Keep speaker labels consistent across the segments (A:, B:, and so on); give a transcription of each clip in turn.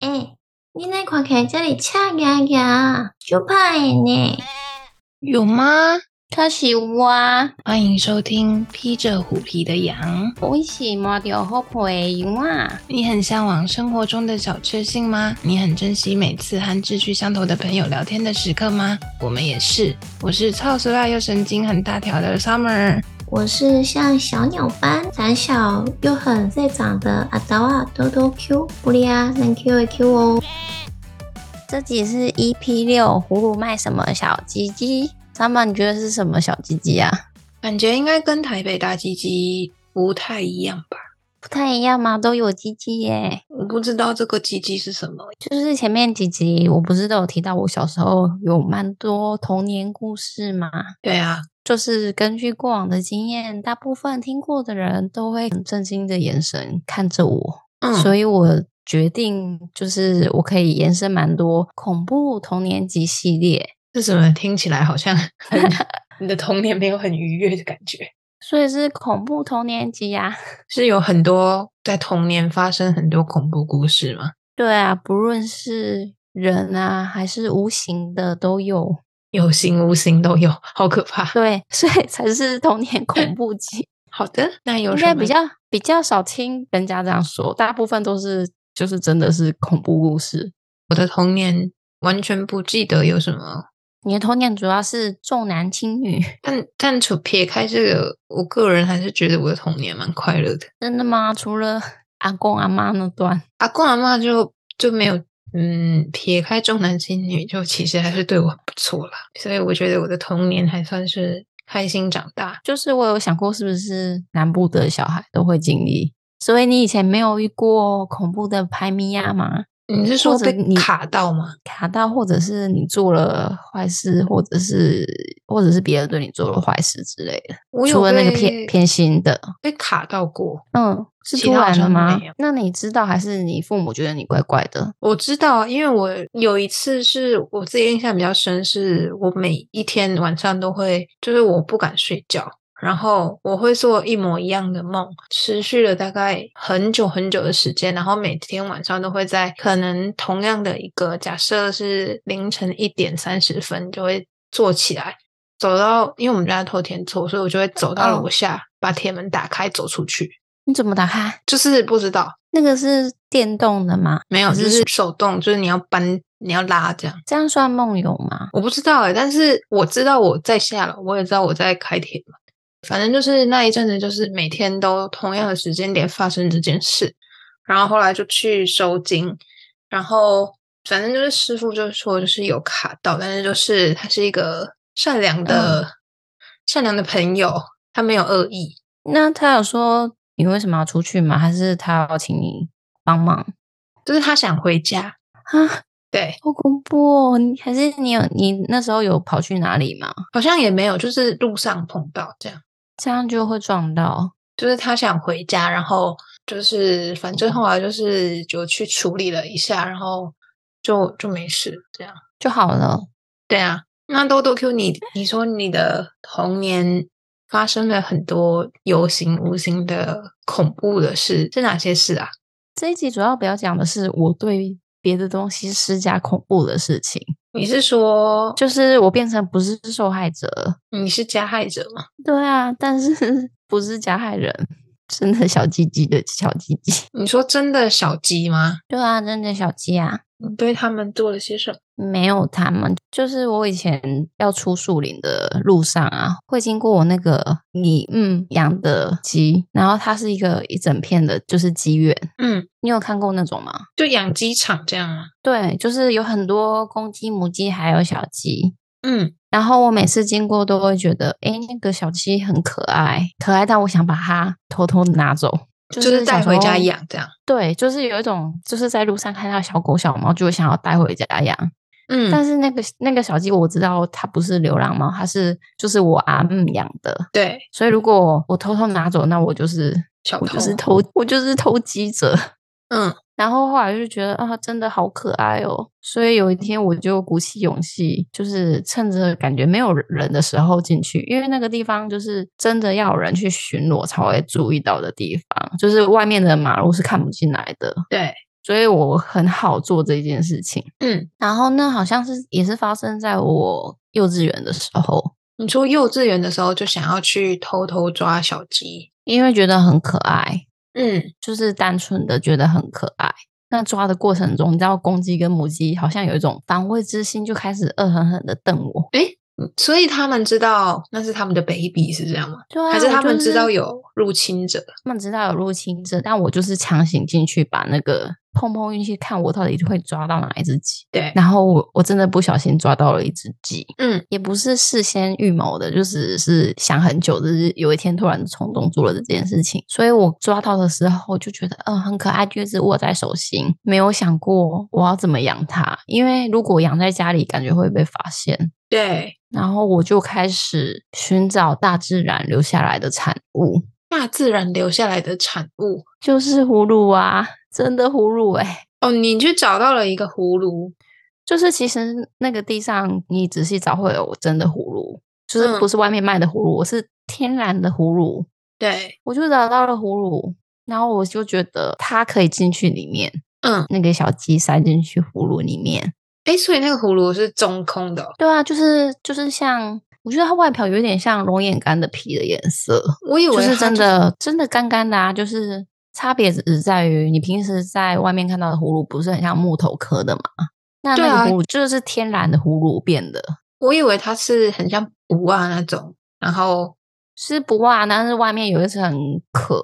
A: 哎、你那看起来这里赤牙牙，就怕的呢。
B: 有吗？
A: 可是我，
B: 欢迎收听《披着虎皮的羊》。
A: 我是摸着好皮的羊啊。
B: 你很向往生活中的小确幸吗？你很珍惜每次和志趣相投的朋友聊天的时刻吗？我们也是。我是超时辣又神经很大条的 Summer。
A: 我是像小鸟般胆小又很在长的阿达啊多多 Q，不利啊，能 Q 一 Q 哦。这集是 EP 六，葫芦卖什么小鸡鸡？三妈，你觉得是什么小鸡鸡啊？
B: 感觉应该跟台北大鸡鸡不太一样吧？
A: 不太一样吗？都有鸡鸡耶。
B: 我不知道这个鸡鸡是什么。
A: 就是前面几集我不是都有提到，我小时候有蛮多童年故事嘛。
B: 对啊，
A: 就是根据过往的经验，大部分听过的人都会很震惊的眼神看着我，
B: 嗯，
A: 所以我决定就是我可以延伸蛮多恐怖童年级系列，
B: 这怎么听起来好像很 你的童年没有很愉悦的感觉？
A: 所以是恐怖童年级呀、
B: 是有很多在童年发生很多恐怖故事吗？
A: 对啊，不论是人啊还是无形的都有，
B: 有形无形都有，好可 怕。
A: 对，所以才是童年恐怖集。
B: 好的，那有
A: 应
B: 什
A: 该
B: 么
A: 比较比较少听人家这样说，大部分都是就是真的是恐怖故事。
B: 我的童年完全不记得有什么，
A: 你的童年主要是重男轻女，
B: 但但除撇开这个，我个人还是觉得我的童年蛮快乐的。
A: 真的吗？除了 阿公阿妈那段，
B: 阿公阿妈就就没有，嗯，撇开重男轻女，就其实还是对我很不错啦。所以我觉得我的童年还算是开心长大。
A: 就是我有想过是不是南部的小孩都会经历。所以你以前没有遇过恐怖的拍米亚吗？
B: 你是说
A: 或者
B: 被
A: 你
B: 卡到吗？
A: 卡到，或者是你做了坏事，或者是或者是别人对你做了坏事之类的。
B: 我有
A: 除了那个
B: 被
A: 偏偏心的，
B: 被卡到过，
A: 嗯，是
B: 其
A: 突
B: 他好
A: 然的
B: 像
A: 吗
B: 没有？
A: 那你知道还是你父母觉得你怪怪的？
B: 我知道啊，因为我有一次是我自己印象比较深，是我每一天晚上都会，就是我不敢睡觉，然后我会做一模一样的梦，持续了大概很久很久的时间，然后每天晚上都会在可能同样的一个假设是凌晨一点三十分就会坐起来，走到因为我们家偷天厝，所以我就会走到
A: 嗯
B: 楼下，把铁门打开走出去，
A: 你怎么打开？
B: 就是不知道
A: 那个是电动的吗？
B: 没有，就是手动，就是你要搬你要拉这样。
A: 这样算梦游吗？
B: 我不知道哎、但是我知道我在下楼，我也知道我在开铁门。反正就是那一阵子，就是每天都同样的时间点发生这件事。然后后来就去收金，然后反正就是师傅就说就是有卡到，但是就是他是一个善良的、善良的朋友，他没有恶意。
A: 那他有说你为什么要出去吗？还是他要请你帮忙
B: 就是他想回家，
A: 啊？
B: 对，
A: 好恐怖、哦！你还是你有你那时候有跑去哪里吗？
B: 好像也没有，就是路上碰到这样。
A: 这样就会撞到。
B: 就是他想回家，然后就是反正后来就是就去处理了一下，然后就就没事这样。
A: 就好了。
B: 对啊，那多多 Q 你你说你的童年发生了很多有形无形的恐怖的事，是哪些事啊？
A: 这一集主要不要讲的是我对别的东西施加恐怖的事情，
B: 你是说
A: 就是我变成不是受害者了。
B: 你是加害者吗？
A: 对啊，但是 不是加害人，真的小鸡鸡的小鸡鸡。
B: 你说真的小鸡吗？
A: 对啊，真的小鸡啊，
B: 你对他们做了些什么？
A: 没有他们，就是我以前要出树林的路上啊，会经过我那个你嗯养的鸡，然后它是一个一整片的，就是鸡园。
B: 嗯，
A: 你有看过那种吗？
B: 就养鸡场这样啊吗？
A: 对，就是有很多公鸡、母鸡还有小鸡，
B: 嗯，
A: 然后我每次经过都会觉得，诶，那个小鸡很可爱，可爱到我想把它偷偷地拿走，就
B: 就是带回家
A: 想说。
B: 养这样。
A: 对，就是有一种，就是在路上看到小狗、小猫，就会想要带回家养。
B: 嗯，
A: 但是那个那个小鸡，我知道它不是流浪猫，它是就是我阿姆养的，
B: 对，
A: 所以如果我偷偷拿走，那我就是
B: 小
A: 我
B: 偷，啊
A: 就是偷 我就是偷鸡者。
B: 嗯。
A: 然后后来就觉得啊，真的好可爱哦，所以有一天我就鼓起勇气，就是趁着感觉没有人的时候进去，因为那个地方就是真的要有人去巡逻才会注意到的地方，就是外面的马路是看不进来的，
B: 对，
A: 所以我很好做这件事情。
B: 嗯，
A: 然后呢，好像是也是发生在我幼稚园的时候，
B: 你说幼稚园的时候就想要去偷偷抓小鸡，
A: 因为觉得很可爱，
B: 嗯，
A: 就是单纯的觉得很可爱。那抓的过程中，你知道公鸡跟母鸡好像有一种防卫之心，就开始恶狠狠的瞪我。
B: 嗯所以他们知道那是他们的 baby 是这样吗？
A: 对啊，
B: 还是他们知道
A: 有。
B: 有入侵者？
A: 他们知道有入侵者，但我就是强行进去把那个碰碰运气，看我到底会抓到哪一只鸡。
B: 对，
A: 然后我我真的不小心抓到了一只鸡，
B: 嗯，
A: 也不是事先预谋的，就只是想很久，就是有一天突然冲动做了这件事情。所以我抓到的时候就觉得，嗯，很可爱，就一直握在手心，没有想过我要怎么养它，因为如果养在家里，感觉会被发现。
B: 对，
A: 然后我就开始寻找大自然留下来的产物，
B: 大自然留下来的产物。
A: 就是葫芦啊，真的葫芦哎、
B: 哦，你去找到了一个葫芦，
A: 就是其实那个地上你仔细找会有真的葫芦，就是
B: 嗯
A: 不是外面卖的葫芦，我是天然的葫芦，
B: 对，
A: 我就找到了葫芦，然后我就觉得它可以进去里面，
B: 嗯，
A: 那个小鸡塞进去葫芦里面，
B: 诶，所以那个葫芦是中空的哦、
A: 对啊，就是就是像。我觉得它外表有点像龙眼干的皮的颜色，
B: 我以为
A: 就
B: 它
A: 是真的真的干干的啊，就是差别只在于你平时在外面看到的葫芦不是很像木头刻的嘛？那
B: 对
A: 那
B: 啊
A: 个葫芦就是天然的葫芦变的，
B: 我以为它是很像不啊那种，然后
A: 是不啊，但是外面有一层壳，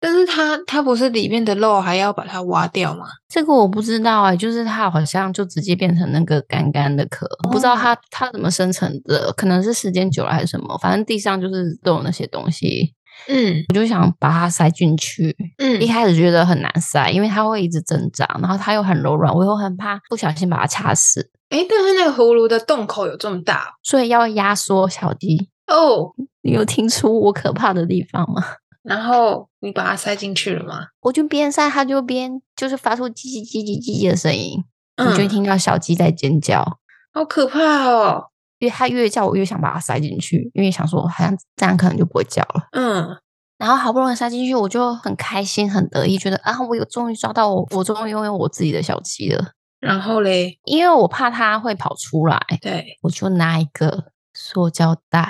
B: 但是它它不是里面的肉还要把它挖掉吗？
A: 这个我不知道哎、就是它好像就直接变成那个干干的壳，我不知道它它怎么生成的，可能是时间久了还是什么，反正地上就是都有那些东西，
B: 嗯
A: 我就想把它塞进去，
B: 嗯
A: 一开始觉得很难塞，因为它会一直增长，然后它又很柔软，我又很怕不小心把它掐死，
B: 诶，但是那个葫芦的洞口有这么大
A: 所以要压缩小鸡。
B: 哦，
A: 你有听出我可怕的地方吗？
B: 然后你把它塞进去了吗？
A: 我就边塞，它就边就是发出叽叽叽叽叽叽的声音，我就会听到小鸡在尖叫。
B: 嗯好可怕哦，
A: 越它越叫，我越想把它塞进去，因为想说好像这样可能就不会叫了。
B: 嗯
A: 然后好不容易塞进去，我就很开心、很得意，觉得啊，我有终于抓到我，我终于拥有我自己的小鸡了。
B: 然后嘞，
A: 因为我怕它会跑出来，
B: 对，
A: 我就拿一个塑胶袋，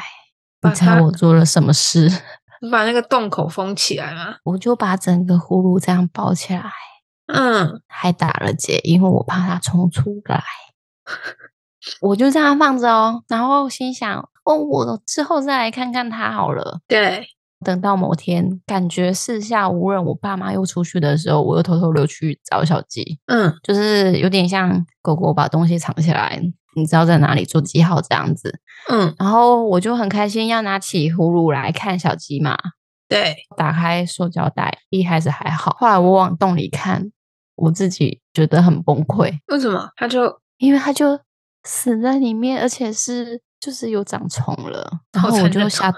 A: 你
B: 把
A: 猜
B: 它
A: 我做了什么事？
B: 你把那个洞口封起来吗？
A: 我就把整个葫芦这样包起来，
B: 嗯，
A: 还打了结，因为我怕它冲出来。 我就这样放着哦，然后心想，哦，我之后再来看看它好了。
B: 对，
A: 等到某天感觉四下无人，我爸妈又出去的时候，我又偷偷溜去找小鸡，
B: 嗯
A: 就是有点像狗狗把东西藏起来，你知道在哪里做记号这样子。
B: 嗯，
A: 然后我就很开心，要拿起葫芦来看小鸡嘛。
B: 对，
A: 打开塑胶袋，一开始还好，后来我往洞里看，我自己觉得很崩溃，
B: 为什么？它就
A: 因为它就死在里面，而且是就是有长虫了，然
B: 好
A: 后我
B: 残
A: 就
B: 忍
A: 吓，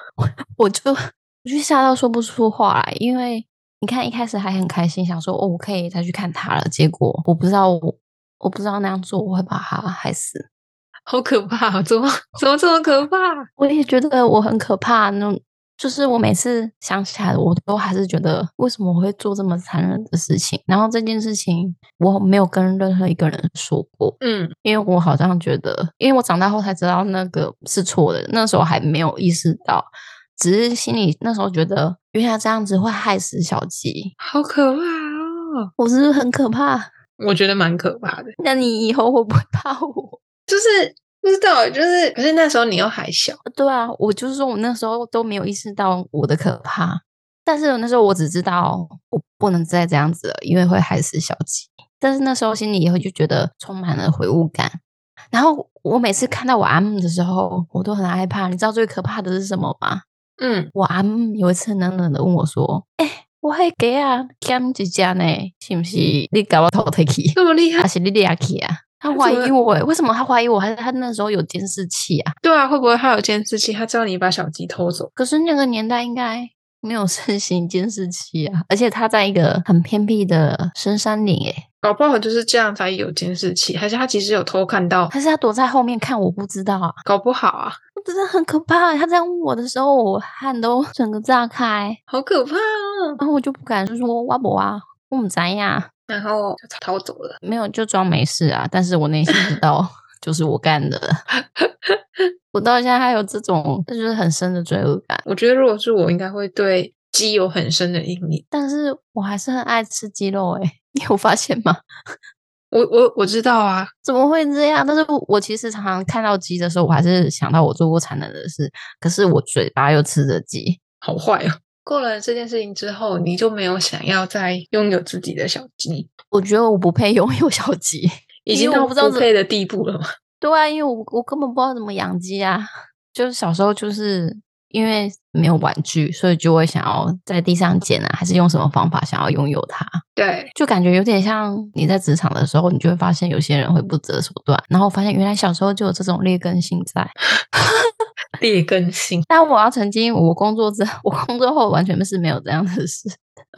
A: 我就我就吓到说不出话来，因为你看一开始还很开心，想说哦我可以再去看它了，结果我不知道我我不知道那样做我会把它害死，
B: 好可怕哦，怎么怎么这么可怕？
A: 我也觉得我很可怕那种。就是我每次想起来，我都还是觉得为什么我会做这么残忍的事情。然后这件事情我没有跟任何一个人说过，
B: 嗯
A: 因为我好像觉得，因为我长大后才知道那个是错的，那时候还没有意识到，只是心里那时候觉得原来这样子会害死小鸡，
B: 好可怕哦，
A: 我是不是很可怕？
B: 我觉得蛮可怕的，
A: 那你以后会不会怕我？
B: 就是不知道，就是可是那时候你又还小，
A: 对啊，我就是说我那时候都没有意识到我的可怕，但是那时候我只知道我不能再这样子了，因为会害死小鸡。但是那时候心里也会就觉得充满了悔悟感。然后我每次看到我阿姆的时候，我都很害怕。你知道最可怕的是什么吗？
B: 嗯，
A: 我阿姆啊有一次冷冷的问我说：“哎、我还给啊减一只呢，是不是你搞我偷摕去？
B: 这么厉害，
A: 还是你掠去啊？”他
B: 他
A: 怀
B: 怎么
A: 疑我欸，为什么他怀疑我？还是他那时候有监视器啊？
B: 对啊，会不会他有监视器，他知道你把小鸡偷走？
A: 可是那个年代应该没有 盛行监视器啊，而且他在一个很偏僻的深山里，欸诶，
B: 搞不好就是这样才有监视器，还是他其实有偷看到？
A: 还是他躲在后面看，我不知道啊，
B: 搞不好啊，
A: 我真的很可怕欸。他这样问我的时候，我汗都 整个炸开，
B: 好可怕哦！
A: 然后我就不敢说哇不啊，我们怎样？
B: 然后就逃走了。
A: 没有就装没事啊，但是我内心知道就是我干的。我到现在还有这种，这就是很深的罪恶感。
B: 我觉得如果是我，应该会对鸡有很深的阴影。
A: 但是我还是很爱吃鸡肉、欸， 诶，你有发现吗？
B: 我我我知道啊，
A: 怎么会这样？但是我其实常常看到鸡的时候，我还是想到我做过残忍的事，可是我嘴巴又吃着鸡。
B: 好坏哦。过了这件事情之后，你就没有想要再拥有自己的小鸡，
A: 我觉得我不配拥有小鸡。
B: 已经
A: 因为
B: 到
A: 我不知道
B: 不配的地步了吗？
A: 对啊，因为我我根本不知道怎么养鸡啊。 就是小时候就是因为没有玩具，所以就会想要在地上捡啊，还是用什么方法想要拥有它。
B: 对，
A: 就感觉有点像你在职场的时候，你就会发现有些人会不择手段，然后发现原来小时候就有这种劣根性在。
B: 劣根性。
A: 但我要澄清，我工作之后， 我工作后完全是没有这样的事，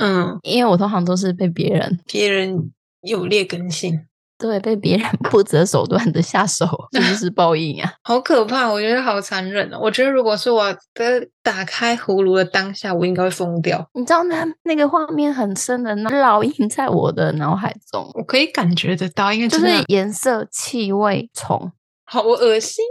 B: 嗯，
A: 因为我通常都是被别人
B: 别人有劣根性，
A: 对被别人 不择手段的下手，这就是报应啊！
B: 好可怕！我觉得好残忍哦。我觉得如果是我的打开葫芦的当下，我应该会疯掉。
A: 你知道 那那个画面很深的烙印在我的脑海中，
B: 我可以感觉得到，因为
A: 就
B: 真
A: 是
B: 的
A: 颜色、气味、虫，
B: 好恶心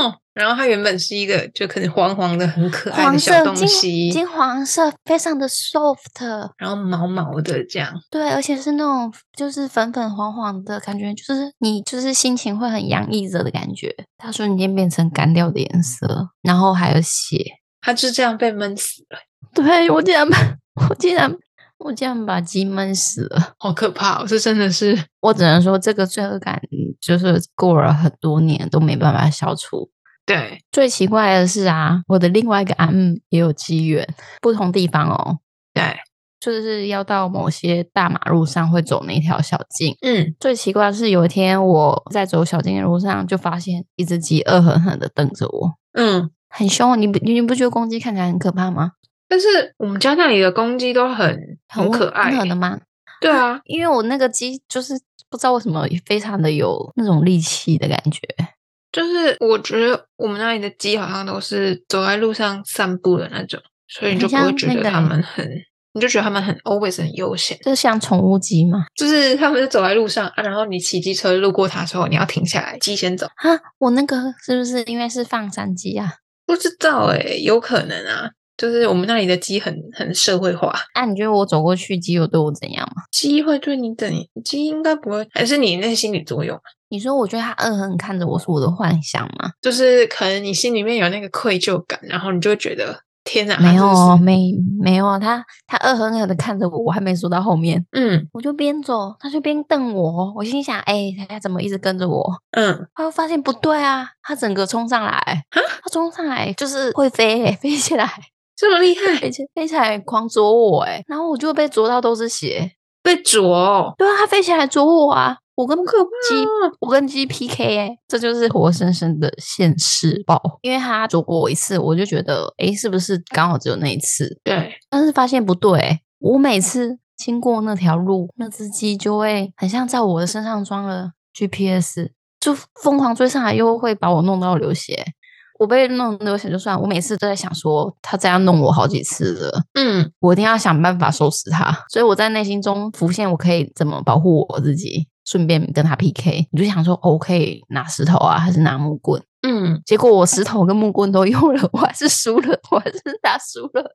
B: 哦。然后它原本是一个就可能黄黄的、很可爱的
A: 黄
B: 小
A: 色、
B: 东
A: 金
B: 西，
A: 金黄色，非常的 soft，
B: 然后毛毛的这样。
A: 对，而且是那种就是粉粉黄黄的感觉，就是你就是心情会很洋溢着的感觉。它瞬间变成干掉的颜色，然后还有血。
B: 它就这样被闷死了，
A: 对我竟然把，我竟然，我竟然把鸡闷死了。
B: 好可怕、哦！这真的是
A: 我只能说，这个罪恶感就是过了很多年都没办法消除。
B: 对
A: 最奇怪的是啊，我的另外一个 M 也有机缘，不同地方哦，
B: 对，
A: 就是要到某些大马路上会走那条小径。
B: 嗯，
A: 最奇怪的是，有一天我在走小径的路上，就发现一只鸡恶狠狠的瞪着我，
B: 嗯，
A: 很凶。啊你不你不觉得公鸡看起来很可怕吗？
B: 但是我们家那里的公鸡都很很可爱欸
A: 很，狠的吗？
B: 对啊，
A: 因为我那个鸡就是不知道为什么非常的有那种力气的感觉。
B: 就是我觉得我们那里的鸡好像都是走在路上散步的那种，所以你就不会觉得它们很，你就觉得它们很 always 很悠闲，
A: 就像宠物鸡嘛，
B: 就是它们就走在路上啊，然后你骑机车路过它的时候，你要停下来，鸡先走。
A: 哈，我那个是不是因为是放山鸡啊？
B: 不知道诶、有可能啊，就是我们那里的鸡很很社会化，
A: 啊，你觉得我走过去，鸡有对我怎样吗？
B: 鸡会对你怎？鸡应该不会，还是你那心理作用啊，
A: 你说我觉得它恶狠看着我是我的幻想吗？
B: 就是可能你心里面有那个愧疚感，然后你就会觉得天哪，它
A: 没有哦，
B: 是不是
A: 没没有啊，它它恶狠狠的看着我，我还没说到后面。
B: 嗯
A: 我就边走，他就边瞪我。我心想：哎、他怎么一直跟着我？
B: 嗯，
A: 后来发现不对啊，他整个冲上来，他冲上来就是会飞、欸， 飞起来，
B: 这么厉害，
A: 飞起飞起来狂啄我、欸，然后我就被啄到都是血。
B: 被啄哦，
A: 对啊，他飞起来啄我啊！我跟
B: 好可怕
A: 鸡，
B: 哦！
A: 我跟鸡 PK 哎、这就是活生生的现世报。因为他啄过我一次，我就觉得，哎、是不是刚好只有那一次？
B: 对，
A: 但是发现不对、我每次经过那条路，那只鸡就会很像在我的身上装了 GPS，就疯狂追上来，又会把我弄到流血。我被弄流血就算，我每次都在想说，它这样弄我好几次了，
B: 嗯，
A: 我一定要想办法收拾它。所以我在内心中浮现我可以怎么保护我自己，顺便跟它 PK。你就想说，哦，我可以拿石头啊，还是拿木棍？
B: 嗯，
A: 结果我石头跟木棍都用了，我还是输了，我还是打输了。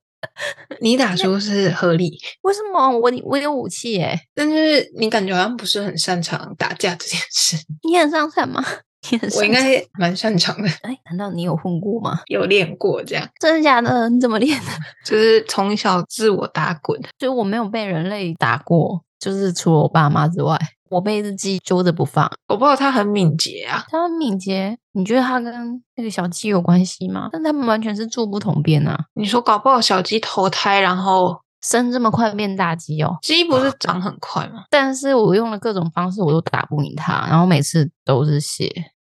B: 你打输是合理，
A: 为什么我我有武器耶、
B: 但是你感觉好像不是很擅长打架这件事。
A: 你很上善吗？你很
B: 我
A: 上
B: 应
A: 善？
B: 该蛮擅长的，
A: 哎，难道你有混过吗？
B: 有练过这样，
A: 真的假的？你怎么练的？
B: 就是从小自我打滚。
A: 就我没有被人类打过，就是除了我爸妈之外，我被一只鸡揪着不放。
B: 我不知道他很敏捷啊，
A: 它很敏捷，你觉得它跟那个小鸡有关系吗？但它们完全是住不同边啊！
B: 你说搞不好小鸡投胎，然后
A: 生这么快变大鸡哦，
B: 鸡不是长很快吗？
A: 但是我用了各种方式，我都打不赢它，然后每次都是血。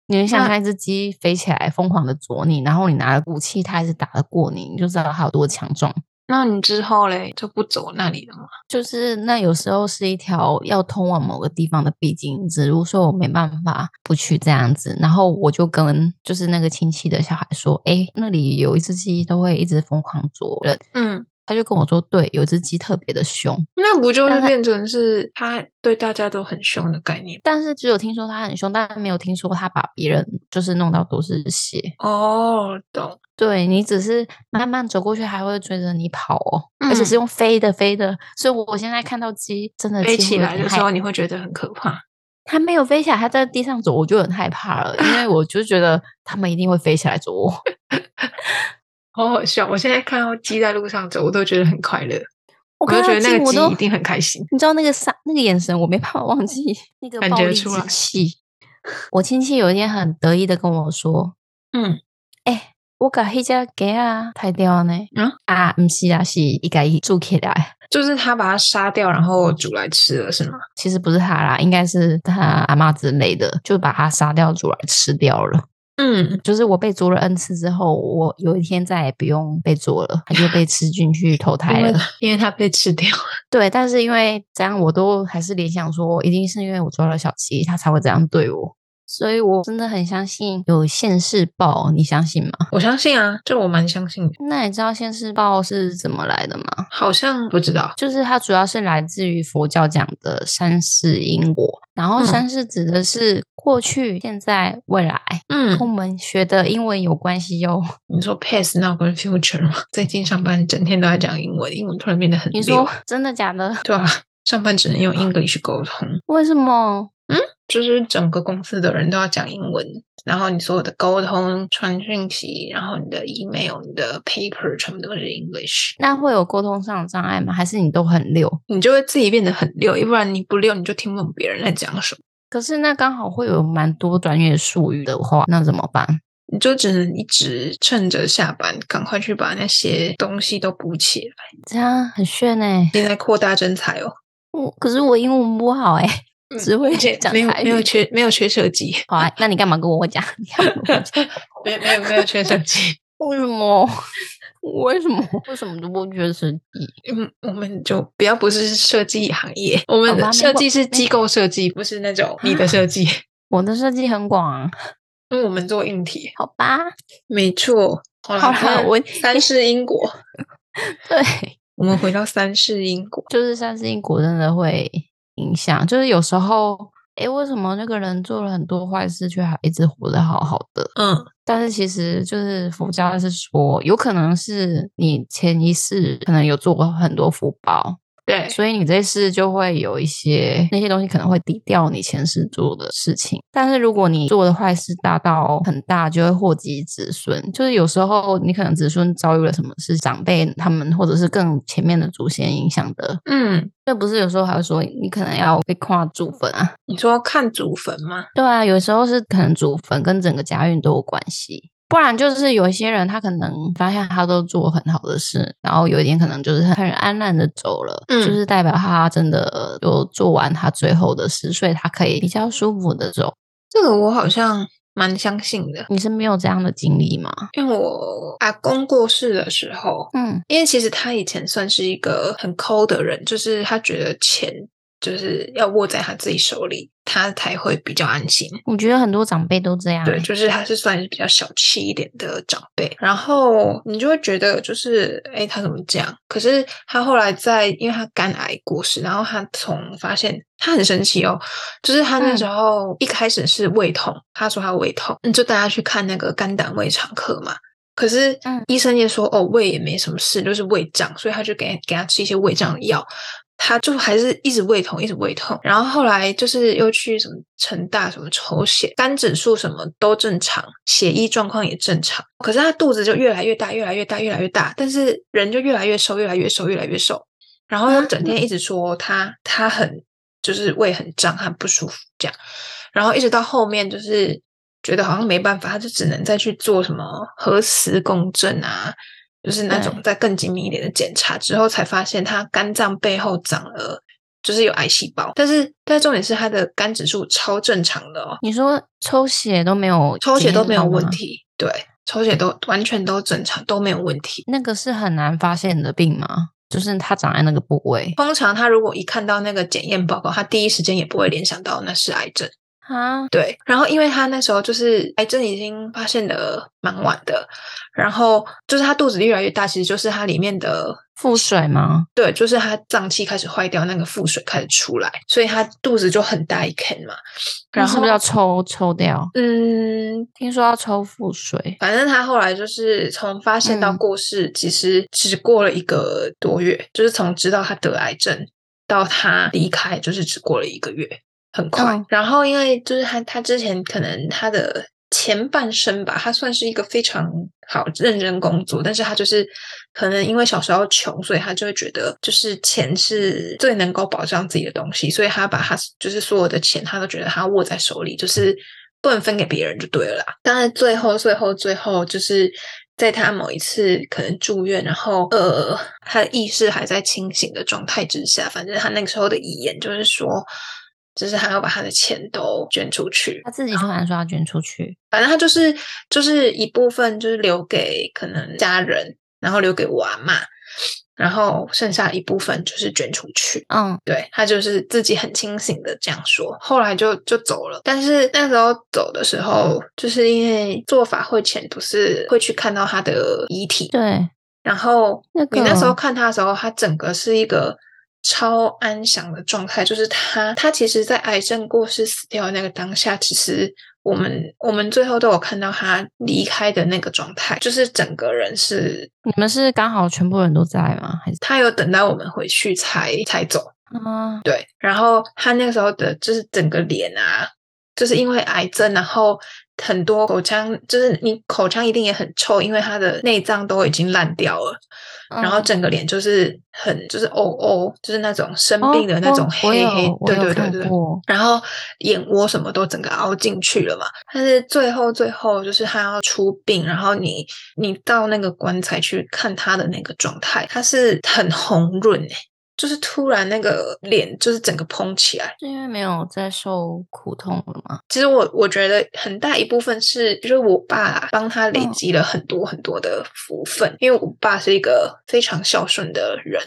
A: 你能想
B: 那
A: 象一只鸡飞起来疯狂的啄你，然后你拿了武器，它还是打得过你，你就知道它有多强壮。
B: 那你之后嘞就不走那里了吗？
A: 就是那有时候是一条要通往某个地方的必经之路，所以我没办法不去这样子。然后我就跟就是那个亲戚的小孩说：“哎，那里有一只鸡都会一直疯狂啄人。
B: 嗯，”
A: 他就跟我说，对，有只鸡特别的凶，
B: 那不就
A: 那
B: 是
A: 他
B: 变成是他对大家都很凶的概念
A: 但是只有听说它很凶，但没有听说它把别人就是弄到都是血。
B: 哦，懂。
A: 对你只是慢慢走过去，还会追着你跑哦，而且
B: 嗯
A: 是用飞的飞的。所以我现在看到鸡真的
B: 飞
A: 几乎
B: 起
A: 有
B: 来
A: 点
B: 的时
A: 害
B: 候，你会觉得很可怕。
A: 它没有飞起来，它在地上走，我就很害怕了， 因为我就觉得它们一定会飞起来啄我。
B: 好好笑！我现在看到鸡在路上走，我都觉得很快乐，
A: 我
B: 我
A: 看到
B: 就觉得那
A: 鸡
B: 个
A: 我
B: 鸡
A: 都
B: 一定很开心。
A: 你知道那个杀那个眼神，我没办法忘 记那个
B: 感
A: 暴
B: 觉
A: 力
B: 出
A: 之
B: 来
A: 气。我亲戚有一天很得意的跟我说
B: 嗯，：“
A: 我把迄只鸡啊杀掉了呢。”
B: 嗯
A: 啊，不是啊，是伊家己煮起来。
B: 就是他把它杀掉，然后煮来吃了，是吗？
A: 其实不是他啦，应该是他阿妈之类的，就把它杀掉煮来吃掉了。
B: 嗯，
A: 就是我被捉了 n 次之后，我有一天再也不用被捉了，它就被吃进去投胎
B: 因为
A: 了。
B: 因为它被吃掉。
A: 对，但是因为这样，我都还是联想说，一定是因为我抓了小七，他才会这样对我。所以我真的很相信有现世报，你相信吗？
B: 我相信啊，这我蛮相信的。
A: 那你知道现世报是怎么来的吗？
B: 好像不知道，
A: 就是它主要是来自于佛教讲的三世因果，然后
B: 嗯
A: 三世指的是过去、现在、未来，
B: 嗯
A: 跟我们学的英文有关系哦哟、
B: 你说 past now 跟 future 吗？最近上班整天都在讲英文，英文突然变得很
A: 你
B: 溜
A: 说真的假的？
B: 对啊，上班只能用 English 沟通，
A: 为什么？
B: 就是整个公司的人都要讲英文，然后你所有的沟通、传讯息，然后你的 email、你的 paper 全部都是 English，
A: 那会有沟通上的障碍吗？还是你都很溜？
B: 你就会自己变得很溜，要不然你不溜你就听不懂别人在讲什么，
A: 可是那刚好会有蛮多专业术语的话，那怎么办？
B: 你就只能一直趁着下班赶快去把那些东西都补起来，
A: 这样很炫呢、
B: 你在扩大真才哦。
A: 我可是我英文不好哎、
B: 嗯
A: 只会
B: 而且
A: 讲
B: 没有
A: 台
B: 没有
A: 语
B: 缺没有缺设计，
A: 好啊，那你干嘛跟我讲？你干嘛跟我讲
B: 没有没有没有缺设计，
A: 为什么？ 为什么？为什么都不觉得是你？
B: 嗯，我们就比较不是设计行业，我们
A: 好吧
B: 的
A: 没
B: 设
A: 关
B: 计是
A: 没
B: 机构设计，不是那种你的设计。
A: 我的设计很广、啊，
B: 因为我们做硬体，
A: 好吧？
B: 没错。好
A: 好
B: 啦，
A: 啦
B: 那
A: 我
B: 三世因果，
A: 对，
B: 我们回到三世因果。
A: 就是三世因果真的会影响，就是有时候，诶，为什么那个人做了很多坏事，却还一直活得好好的？
B: 嗯，
A: 但是其实就是佛教是说，有可能是你前一世可能有做过很多福报，
B: 对，
A: 所以你这世就会有一些那些东西可能会抵掉你前世做的事情。但是如果你做的坏事大到很大，就会祸及子孙。就是有时候你可能子孙遭遇了什么事，长辈他们或者是更前面的祖先影响的。
B: 嗯，
A: 这不是有时候还会说你可能要被跨祖坟啊？
B: 你说看祖坟吗？
A: 对啊，有时候是可能祖坟跟整个家运都有关系。不然就是有一些人，他可能发现他都做很好的事，然后有一天可能就是很安然的走了，
B: 嗯
A: 就是代表他真的有做完他最后的事，所以他可以比较舒服的走。
B: 这个我好像蛮相信的，
A: 你是没有这样的经历吗？
B: 因为我阿公过世的时候，
A: 嗯，
B: 因为其实他以前算是一个很抠的人，就是他觉得钱就是要握在他自己手里，他才会比较安心。
A: 我觉得很多长辈都这样欸、
B: 对，就是他是算是比较小气一点的长辈，然后你就会觉得就是，哎，他怎么这样？可是他后来在，因为他肝癌过世，然后他从发现他很神奇哦，就是他那
A: 嗯
B: 时候一开始是胃痛，他说他胃痛，嗯就带他去看那个肝胆胃肠科嘛。可是
A: 嗯
B: 医生也说，哦，胃也没什么事，就是胃胀，所以他就给给他吃一些胃胀的药。他就还是一直胃痛，一直胃痛，然后后来就是又去什么成大什么抽血，肝指数什么都正常，血液状况也正常，可是他肚子就越来越大，越来越大，越来越大，但是人就越来越瘦，越来越瘦，越来越瘦，然后他
A: 啊
B: 整天一直说他他很就是胃很胀，很不舒服这样，然后一直到后面就是觉得好像没办法，他就只能再去做什么核磁共振啊，就是那种再更精密一点的检查之后，才发现他肝脏背后长了就是有癌细胞，但是但是重点是他的肝指数超正常的哦，
A: 你说抽血都没有，
B: 抽血都没有问。题，对，抽血都完全都正常，都没有问题。
A: 那个是很难发现的病吗？就是它长在那个部位。
B: 通常他如果一看到那个检验报告，他第一时间也不会联想到那是癌症。
A: 啊，
B: 对，然后因为他那时候就是癌症已经发现的蛮晚的，然后就是他肚子越来越大，其实就是他里面的
A: 腹水吗？
B: 对，就是他脏器开始坏掉，那个腹水开始出来，所以他肚子就很大一坑嘛。
A: 然
B: 然
A: 后是
B: 后
A: 不是要抽抽掉？
B: 嗯，
A: 听说要抽腹水，
B: 反正他后来就是从发现到
A: 嗯
B: 过世，其实只过了一个多月，就是从知道他得癌症到他离开，就是只过了一个月，很快。
A: 嗯
B: 然后因为就是他，他之前可能他的前半生吧，他算是一个非常好认真工作，但是他就是可能因为小时候穷，所以他就会觉得就是钱是最能够保障自己的东西，所以他把他就是所有的钱，他都觉得他握在手里，就是不能分给别人就对了啦。但是最后最后最后就是。在他某一次可能住院，然后呃，他的意识还在清醒的状态之下，反正他那个时候的遗言就是说，就是他要把他的钱都捐出去，
A: 他自己突然说要捐出去，
B: 反正他就是就是一部分就是留给可能家人，然后留给我阿妈，然后剩下一部分就是捐出去。
A: 嗯，
B: 对他就是自己很清醒的这样说，后来就就走了。但是那时候走的时候，就是因为做法会前不是会去看到他的遗体，
A: 对，
B: 然后
A: 那
B: 你那时候
A: 个
B: 看他的时候，他整个是一个超安详的状态，就是他他其实，在癌症过世死掉的那个当下，其实我们我们最后都有看到他离开的那个状态，就是整个人是
A: 你们是刚好全部人都在吗？还是
B: 他有等待我们回去才才走，
A: 啊，
B: 对，然后他那个时候的就是整个脸啊，就是因为癌症，然后很多口腔，就是你口腔一定也很臭，因为他的内脏都已经烂掉了，然后
A: 嗯
B: 整个脸就是很就是哦哦，就是那种生
A: 哦
B: 病的那
A: 我
B: 种
A: 我
B: 黑
A: 有
B: 黑，
A: 我
B: 对
A: 有
B: 对对
A: 看
B: 对，
A: 过
B: 然后眼窝什么都整个凹进去了嘛。但是最后最后就是他要出殡，然后你你到那个棺材去看他的那个状态，他是很红润诶、就是突然那个脸就是整个蓬起来。
A: 是因为没有在受苦痛了吗？
B: 其实我我觉得很大一部分是，就是我爸帮他累
A: 嗯
B: 积了很多很多的福分，因为我爸是一个非常孝顺的人，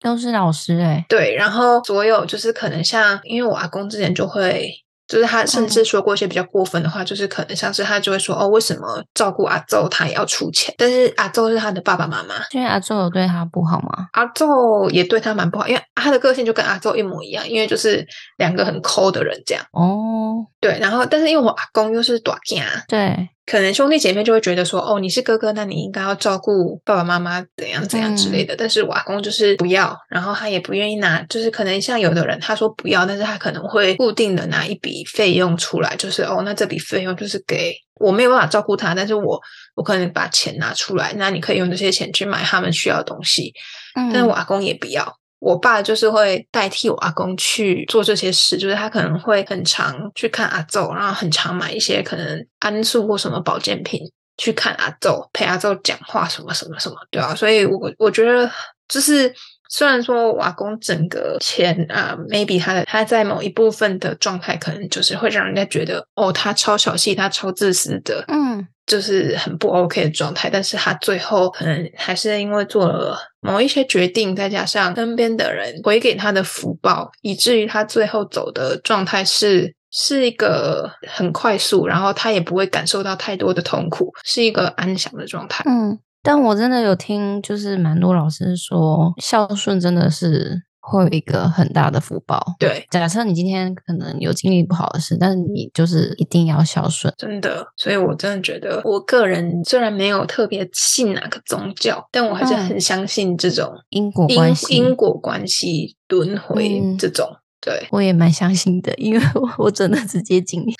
A: 都是老师哎、
B: 对，然后所有就是可能像，因为我阿公之前就会，就是他甚至说过一些比较过分的话，就是可能像是他就会说哦，为什么照顾阿周他也要出钱？但是阿周是他的爸爸妈妈，
A: 因为阿周有对他不好吗？
B: 阿周也对他蛮不好，因为他的个性就跟阿周一模一样，因为就是两个很抠的人这样。
A: 哦，
B: 对，然后但是因为我阿公又是短家，
A: 对，
B: 可能兄弟姐妹就会觉得说，哦，你是哥哥，那你应该要照顾爸爸妈妈怎样怎样之类的。但是我阿公就是不要，然后他也不愿意拿，就是可能像有的人他说不要，但是他可能会固定的拿一笔费用出来，就是哦，那这笔费用就是给我没有办法照顾他，但是我我可能把钱拿出来，那你可以用这些钱去买他们需要的东西。
A: 嗯，
B: 但是我阿公也不要。我爸就是会代替我阿公去做这些事，就是他可能会很常去看阿昼，然后很常买一些可能安素或什么保健品去看阿昼，陪阿昼讲话什么什么什么，对啊，所以我我觉得就是虽然说我阿公整个钱啊，maybe 他的他在某一部分的状态，可能就是会让人家觉得哦，他超小气，他超自私的，
A: 嗯，
B: 就是很不 OK 的状态，但是他最后可能还是因为做了某一些决定，再加上身边的人回给他的福报，以至于他最后走的状态是是一个很快速，然后他也不会感受到太多的痛苦，是一个安详的状态。
A: 嗯，但我真的有听，就是蛮多老师说，孝顺真的是会有一个很大的福报。
B: 对，
A: 假设你今天可能有经历不好的事，但是你就是一定要孝顺。
B: 真的，所以我真的觉得，我个人虽然没有特别信哪个宗教，但我还是
A: 嗯
B: 很相信这种
A: 因果
B: 因
A: 关系
B: 因果关系、轮回
A: 嗯
B: 这种。对，
A: 我也蛮相信的，因为我我真的直接经历，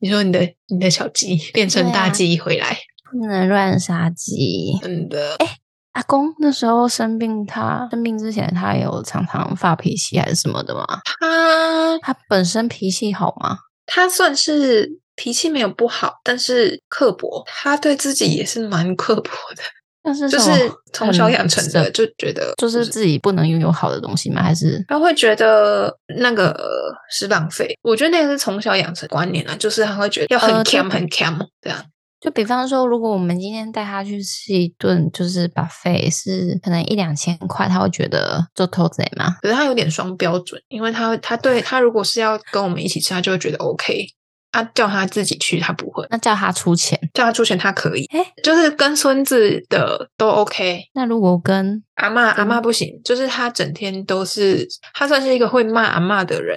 B: 你说你的你的小鸡变成
A: 对
B: 大
A: 啊
B: 鸡回来，
A: 不能乱杀鸡。
B: 真的，
A: 阿公那时候生病他，生病之前他有常常发脾气还是什么的吗？
B: 他
A: 他本身脾气好吗？
B: 他算是脾气没有不好，但是刻薄，他对自己也是蛮刻薄的，
A: 但是
B: 就
A: 什么
B: 是从小
A: 很
B: 养成的，
A: 舍
B: 就觉得
A: 就是自己不能拥有好的东西吗？还是
B: 他会觉得那个呃是浪费。我觉得那个是从小养成观念啊，就是他会觉得要很
A: 呃
B: cam、
A: 对
B: 很 cam 这样。
A: 就比方说，如果我们今天带他去吃一顿就是 buffet，是可能一两千块，他会觉得做偷贼吗？
B: 可是他有点双标准，因为他他对他如果是要跟我们一起吃，他就会觉得 OK。他、叫他自己去，他不会；
A: 那叫他出钱。
B: 叫他出钱，他可以。
A: 诶
B: 就是跟孙子的都 OK。
A: 那如果跟
B: 阿嬷阿嬷不行，就是他整天都是，他算是一个会骂阿嬷的人，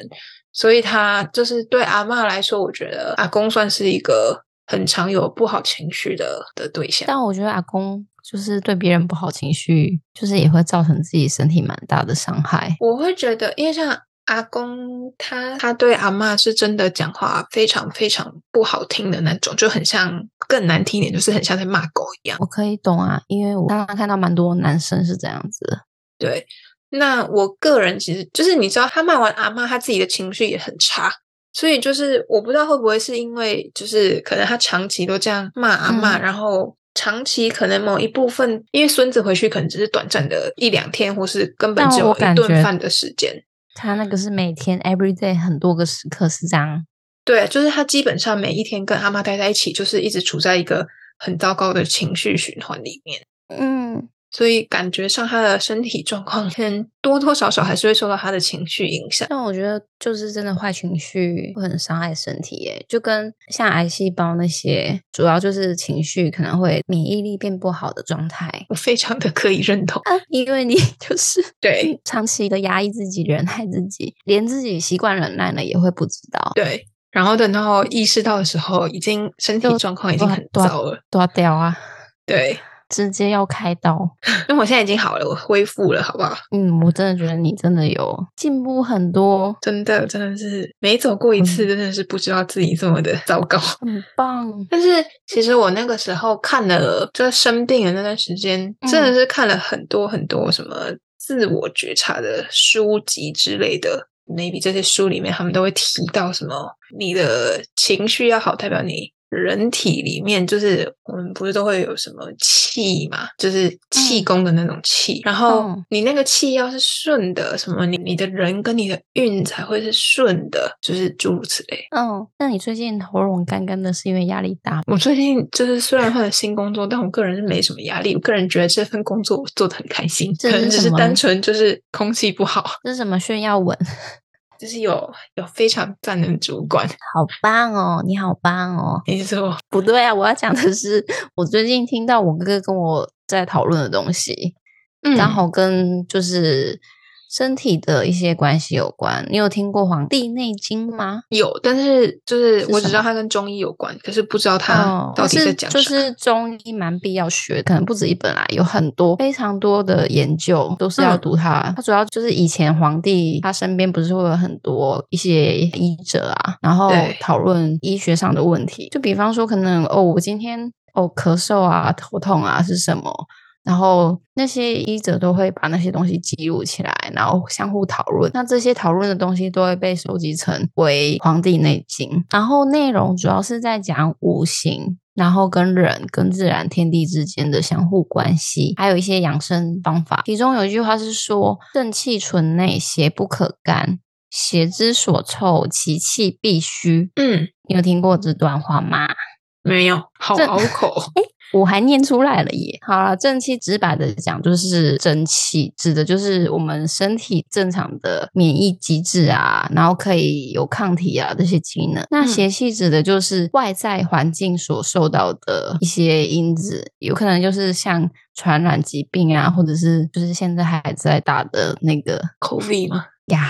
B: 所以他就是对阿嬷来说，我觉得阿公算是一个很常有不好情绪的的对象。
A: 但我觉得阿公就是对别人不好情绪，就是也会造成自己身体蛮大的伤害。
B: 我会觉得，因为像阿公他，他对阿嬷是真的讲话非常非常不好听的那种，就很像更难听一点，就是很像在骂狗一样。
A: 我可以懂啊，因为我刚刚看到蛮多男生是这样子的，
B: 对，那我个人其实就是你知道，他骂完阿嬷，他自己的情绪也很差。所以就是我不知道会不会是因为就是可能他长期都这样骂阿嬷，
A: 嗯
B: 然后长期可能某一部分，因为孙子回去可能只是短暂的一两天，或是根本
A: 但
B: 只有
A: 我
B: 一
A: 感
B: 顿
A: 觉
B: 饭的时间。
A: 他那个是每天 every day 很多个时刻是这样，
B: 对，就是他基本上每一天跟阿妈待在一起，就是一直处在一个很糟糕的情绪循环里面，
C: 嗯，
B: 所以感觉上他的身体状况，可能多多少少还是会受到他的情绪影响。
A: 但我觉得就是真的坏情绪会很伤害身体耶，就跟像癌细胞那些，主要就是情绪可能会免疫力变不好的状态。
B: 我非常的可以认同，
A: 啊，因为你 就是
B: 对
A: 长期的压抑自己、忍耐自己，连自己习惯忍耐了也会不知道，
B: 对。然后等到意识到的时候，已经身体
A: 就
B: 状况已经
A: 哇
B: 很
A: 对啊
B: 糟了。
A: 多掉啊，
B: 对，
A: 直接要开刀。
B: 因为我现在已经好了，我恢复了，好不好？
A: 嗯，我真的觉得你真的有进步很多，
B: 真的，真的是每走过一次，
A: 嗯
B: 真的是不知道自己这么的糟糕。
A: 很棒。
B: 但是其实我那个时候看了，就是生病的那段时间，
A: 嗯
B: 真的是看了很多很多什么自我觉察的书籍之类的。maybe 这些书里面他们都会提到什么，你的情绪要好，代表你人体里面就是我们不是都会有什么气嘛，就是气功的那种气，然后
A: 嗯
B: 你那个气要是顺的，什么你你的人跟你的运才会是顺的，就是诸如此类。
A: 嗯，那你最近喉咙干干的是因为压力大吗？
B: 我最近就是虽然换了新工作，但我个人是没什么压力。我个人觉得这份工作我做的很开心，
A: 这
B: 可
A: 是
B: 能只是
A: 什么
B: 单纯就是空气不好，
A: 这是什么炫耀文？
B: 就是有有非常赞的主管。
A: 好棒哦，你好棒哦！
B: 你是说
A: 不对啊，我要讲的是，我最近听到我哥哥跟我在讨论的东西，
B: 嗯
A: 刚好跟就是身体的一些关系有关。你有听过《黄帝内经》吗？
B: 有，但是就是
A: 是
B: 我只知
A: 什
B: 道
A: 么
B: 它跟中医有关，可是不知道它到
A: 但
B: 底在
A: 是
B: 讲
A: 哦就
B: 什么。
A: 是中医蛮必要学，可能不止一本啦，有很多非常多的研究都是要
B: 嗯
A: 读它。它主要就是以前皇帝他身边不是会有很多一些医者啊，然后
B: 对
A: 讨论医学上的问题，就比方说可能哦，我今天哦咳嗽啊、头痛啊是什么，然后那些医者都会把那些东西记录起来，然后相互讨论。那这些讨论的东西都会被收集成为《黄帝内经》，然后内容主要是在讲五行。然后跟人、跟自然天地之间的相互关系，还有一些养生方法。其中有一句话是说：“正气存内，邪不可干；邪之所凑，其气必虚。
B: 嗯，”
A: 你有听过这段话吗？
B: 没有，好
A: 这
B: 拗口。
A: 我还念出来了耶！好了，正气直白的讲，就是真气，指的就是我们身体正常的免疫机制啊，然后可以有抗体啊这些机能。那
B: 嗯
A: 邪气指的就是外在环境所受到的一些因子，有可能就是像传染疾病啊，或者是就是现在还在打的那个
B: 口 V 吗？
A: 呀，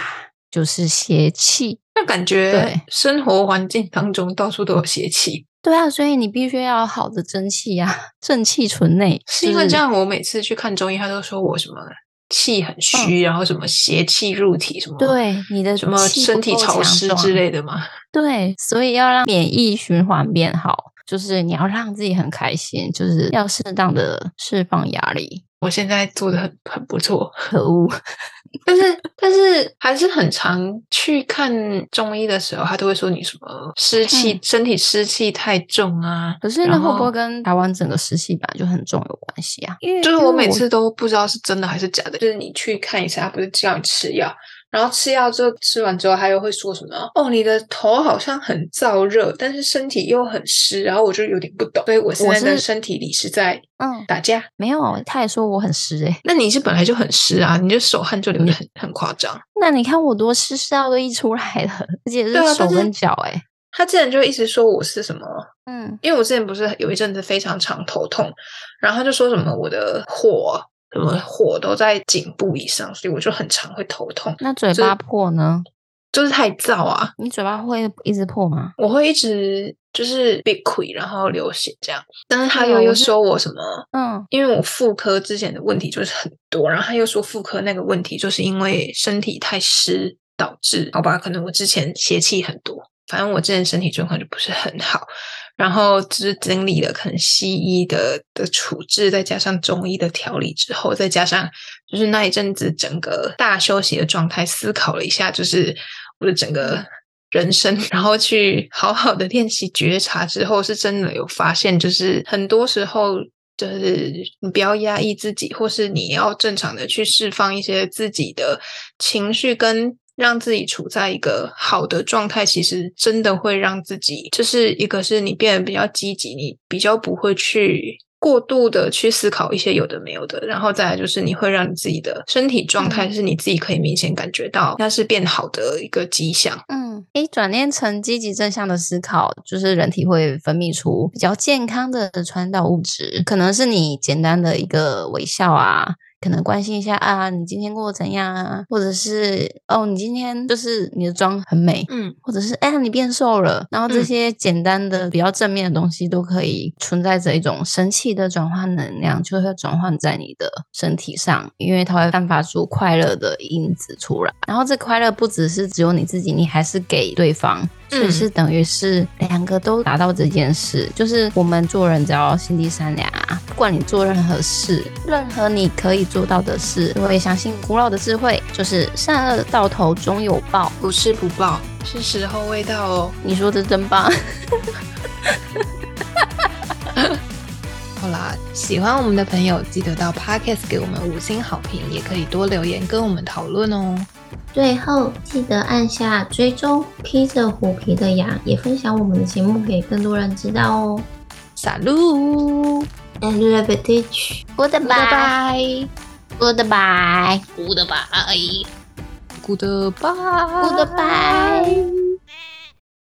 A: 就是邪气。
B: 那感觉
A: 对
B: 生活环境当中到处都有邪气，
A: 对啊，所以你必须要有好的真气呀、 正气存内。
B: 是因为
A: 就
B: 这样，我每次去看中医，他都说我什么气很虚，然后什么邪气入体，什么
A: 嗯对你的
B: 什么
A: 气
B: 身
A: 不
B: 体
A: 够
B: 潮
A: 强
B: 湿之
A: 壮
B: 类的嘛。
A: 对，所以要让免疫循环变好，就是你要让自己很开心，就是要适当的释放压力。
B: 我现在做的很很不错，
A: 可恶，
B: 但是但是还是很常去看中医的时候，他都会说你什么湿气、
A: 嗯
B: 身体湿气太重啊。
A: 可是那
B: 然
A: 会不
B: 后
A: 会跟台湾整个湿气本来就很重有关系啊？
B: 就是我每次都不知道是真的还是假的，就是你去看一下，他不是叫你吃药，然后吃药之后，吃完之后他又会说什么？哦，你的头好像很燥热，但是身体又很湿，然后我就有点不懂，所以我现
A: 我
B: 在的
A: 是
B: 身体里是在
A: 嗯，
B: 打架。
A: 没有，他也说我很湿欸诶、
B: 那你是本来就很湿啊，你就手汗就流的很很夸张。
A: 那你看我多湿，湿到都溢出来了，而且
B: 对啊
A: 是手
B: 但是
A: 跟脚欸诶、
B: 他之前就一直说我是什么，
A: 嗯，
B: 因为我之前不是有一阵子非常常头痛，然后他就说什么我的火什么火都在颈部以上，所以我就很常会头痛，
A: 那嘴
B: 所以
A: 巴破呢？
B: 就是太燥啊，
A: 你嘴巴会一直破吗？
B: 我会一直就是被溃，然后流血这样。但是他
A: 对啊
B: 又
A: 我
B: 又
A: 是
B: 说我什么
A: 嗯，
B: 因为我妇科之前的问题就是很多，然后他又说妇科那个问题就是因为身体太湿导致，好吧，可能我之前邪气很多，反正我之前身体状况就不是很好，然后就是经历了可能西医的的处置，再加上中医的调理之后，再加上就是那一阵子整个大休息的状态，思考了一下，就是我的整个人生， 然后去好好的练习觉察之后，是真的有发现，就是很多时候。就是你不要压抑自己，或是你要正常的去释放一些自己的情绪，跟让自己处在一个好的状态，其实真的会让自己，就是一个是你变得比较积极，你比较不会去过度的去思考一些有的没有的，然后再来就是你会让你自己的身体状态是你自己可以明显感觉到它是变好的一个迹象。
A: 嗯，诶，转念成积极正向的思考，就是人体会分泌出比较健康的传导物质，可能是你简单的一个微笑啊，可能关心一下啊，你今天过得怎样啊，或者是哦，你今天就是你的妆很美，
B: 嗯，
A: 或者是哎、你变瘦了，然后这
B: 嗯
A: 些简单的、比较正面的东西都可以存在着一种神奇的转化能量，就会转换在你的身体上，因为它会散发出快乐的因子出来。然后这快乐不只是只有你自己，你还是给对方，所以
B: 嗯
A: 是等于是两个都达到这件事。就是我们做人只要心地善良啊，不管你做任何事，任何你可以做到的事，都会相信古老的智慧，就是善恶到头终有报。
B: 不是不报，是时候未到哦。
A: 你说的真棒。
B: 好啦，喜欢我们的朋友记得到 Podcast 给我们五星好评，也可以多留言跟我们讨论哦。
C: 最后记得按下追踪，披着虎皮的羊也分享我们的节目给更多人知道哦。
B: 撒路，
C: And l e v e t a g e
A: Goodbye，Goodbye，Goodbye。
B: goodbye，goodbye。
C: Goodbye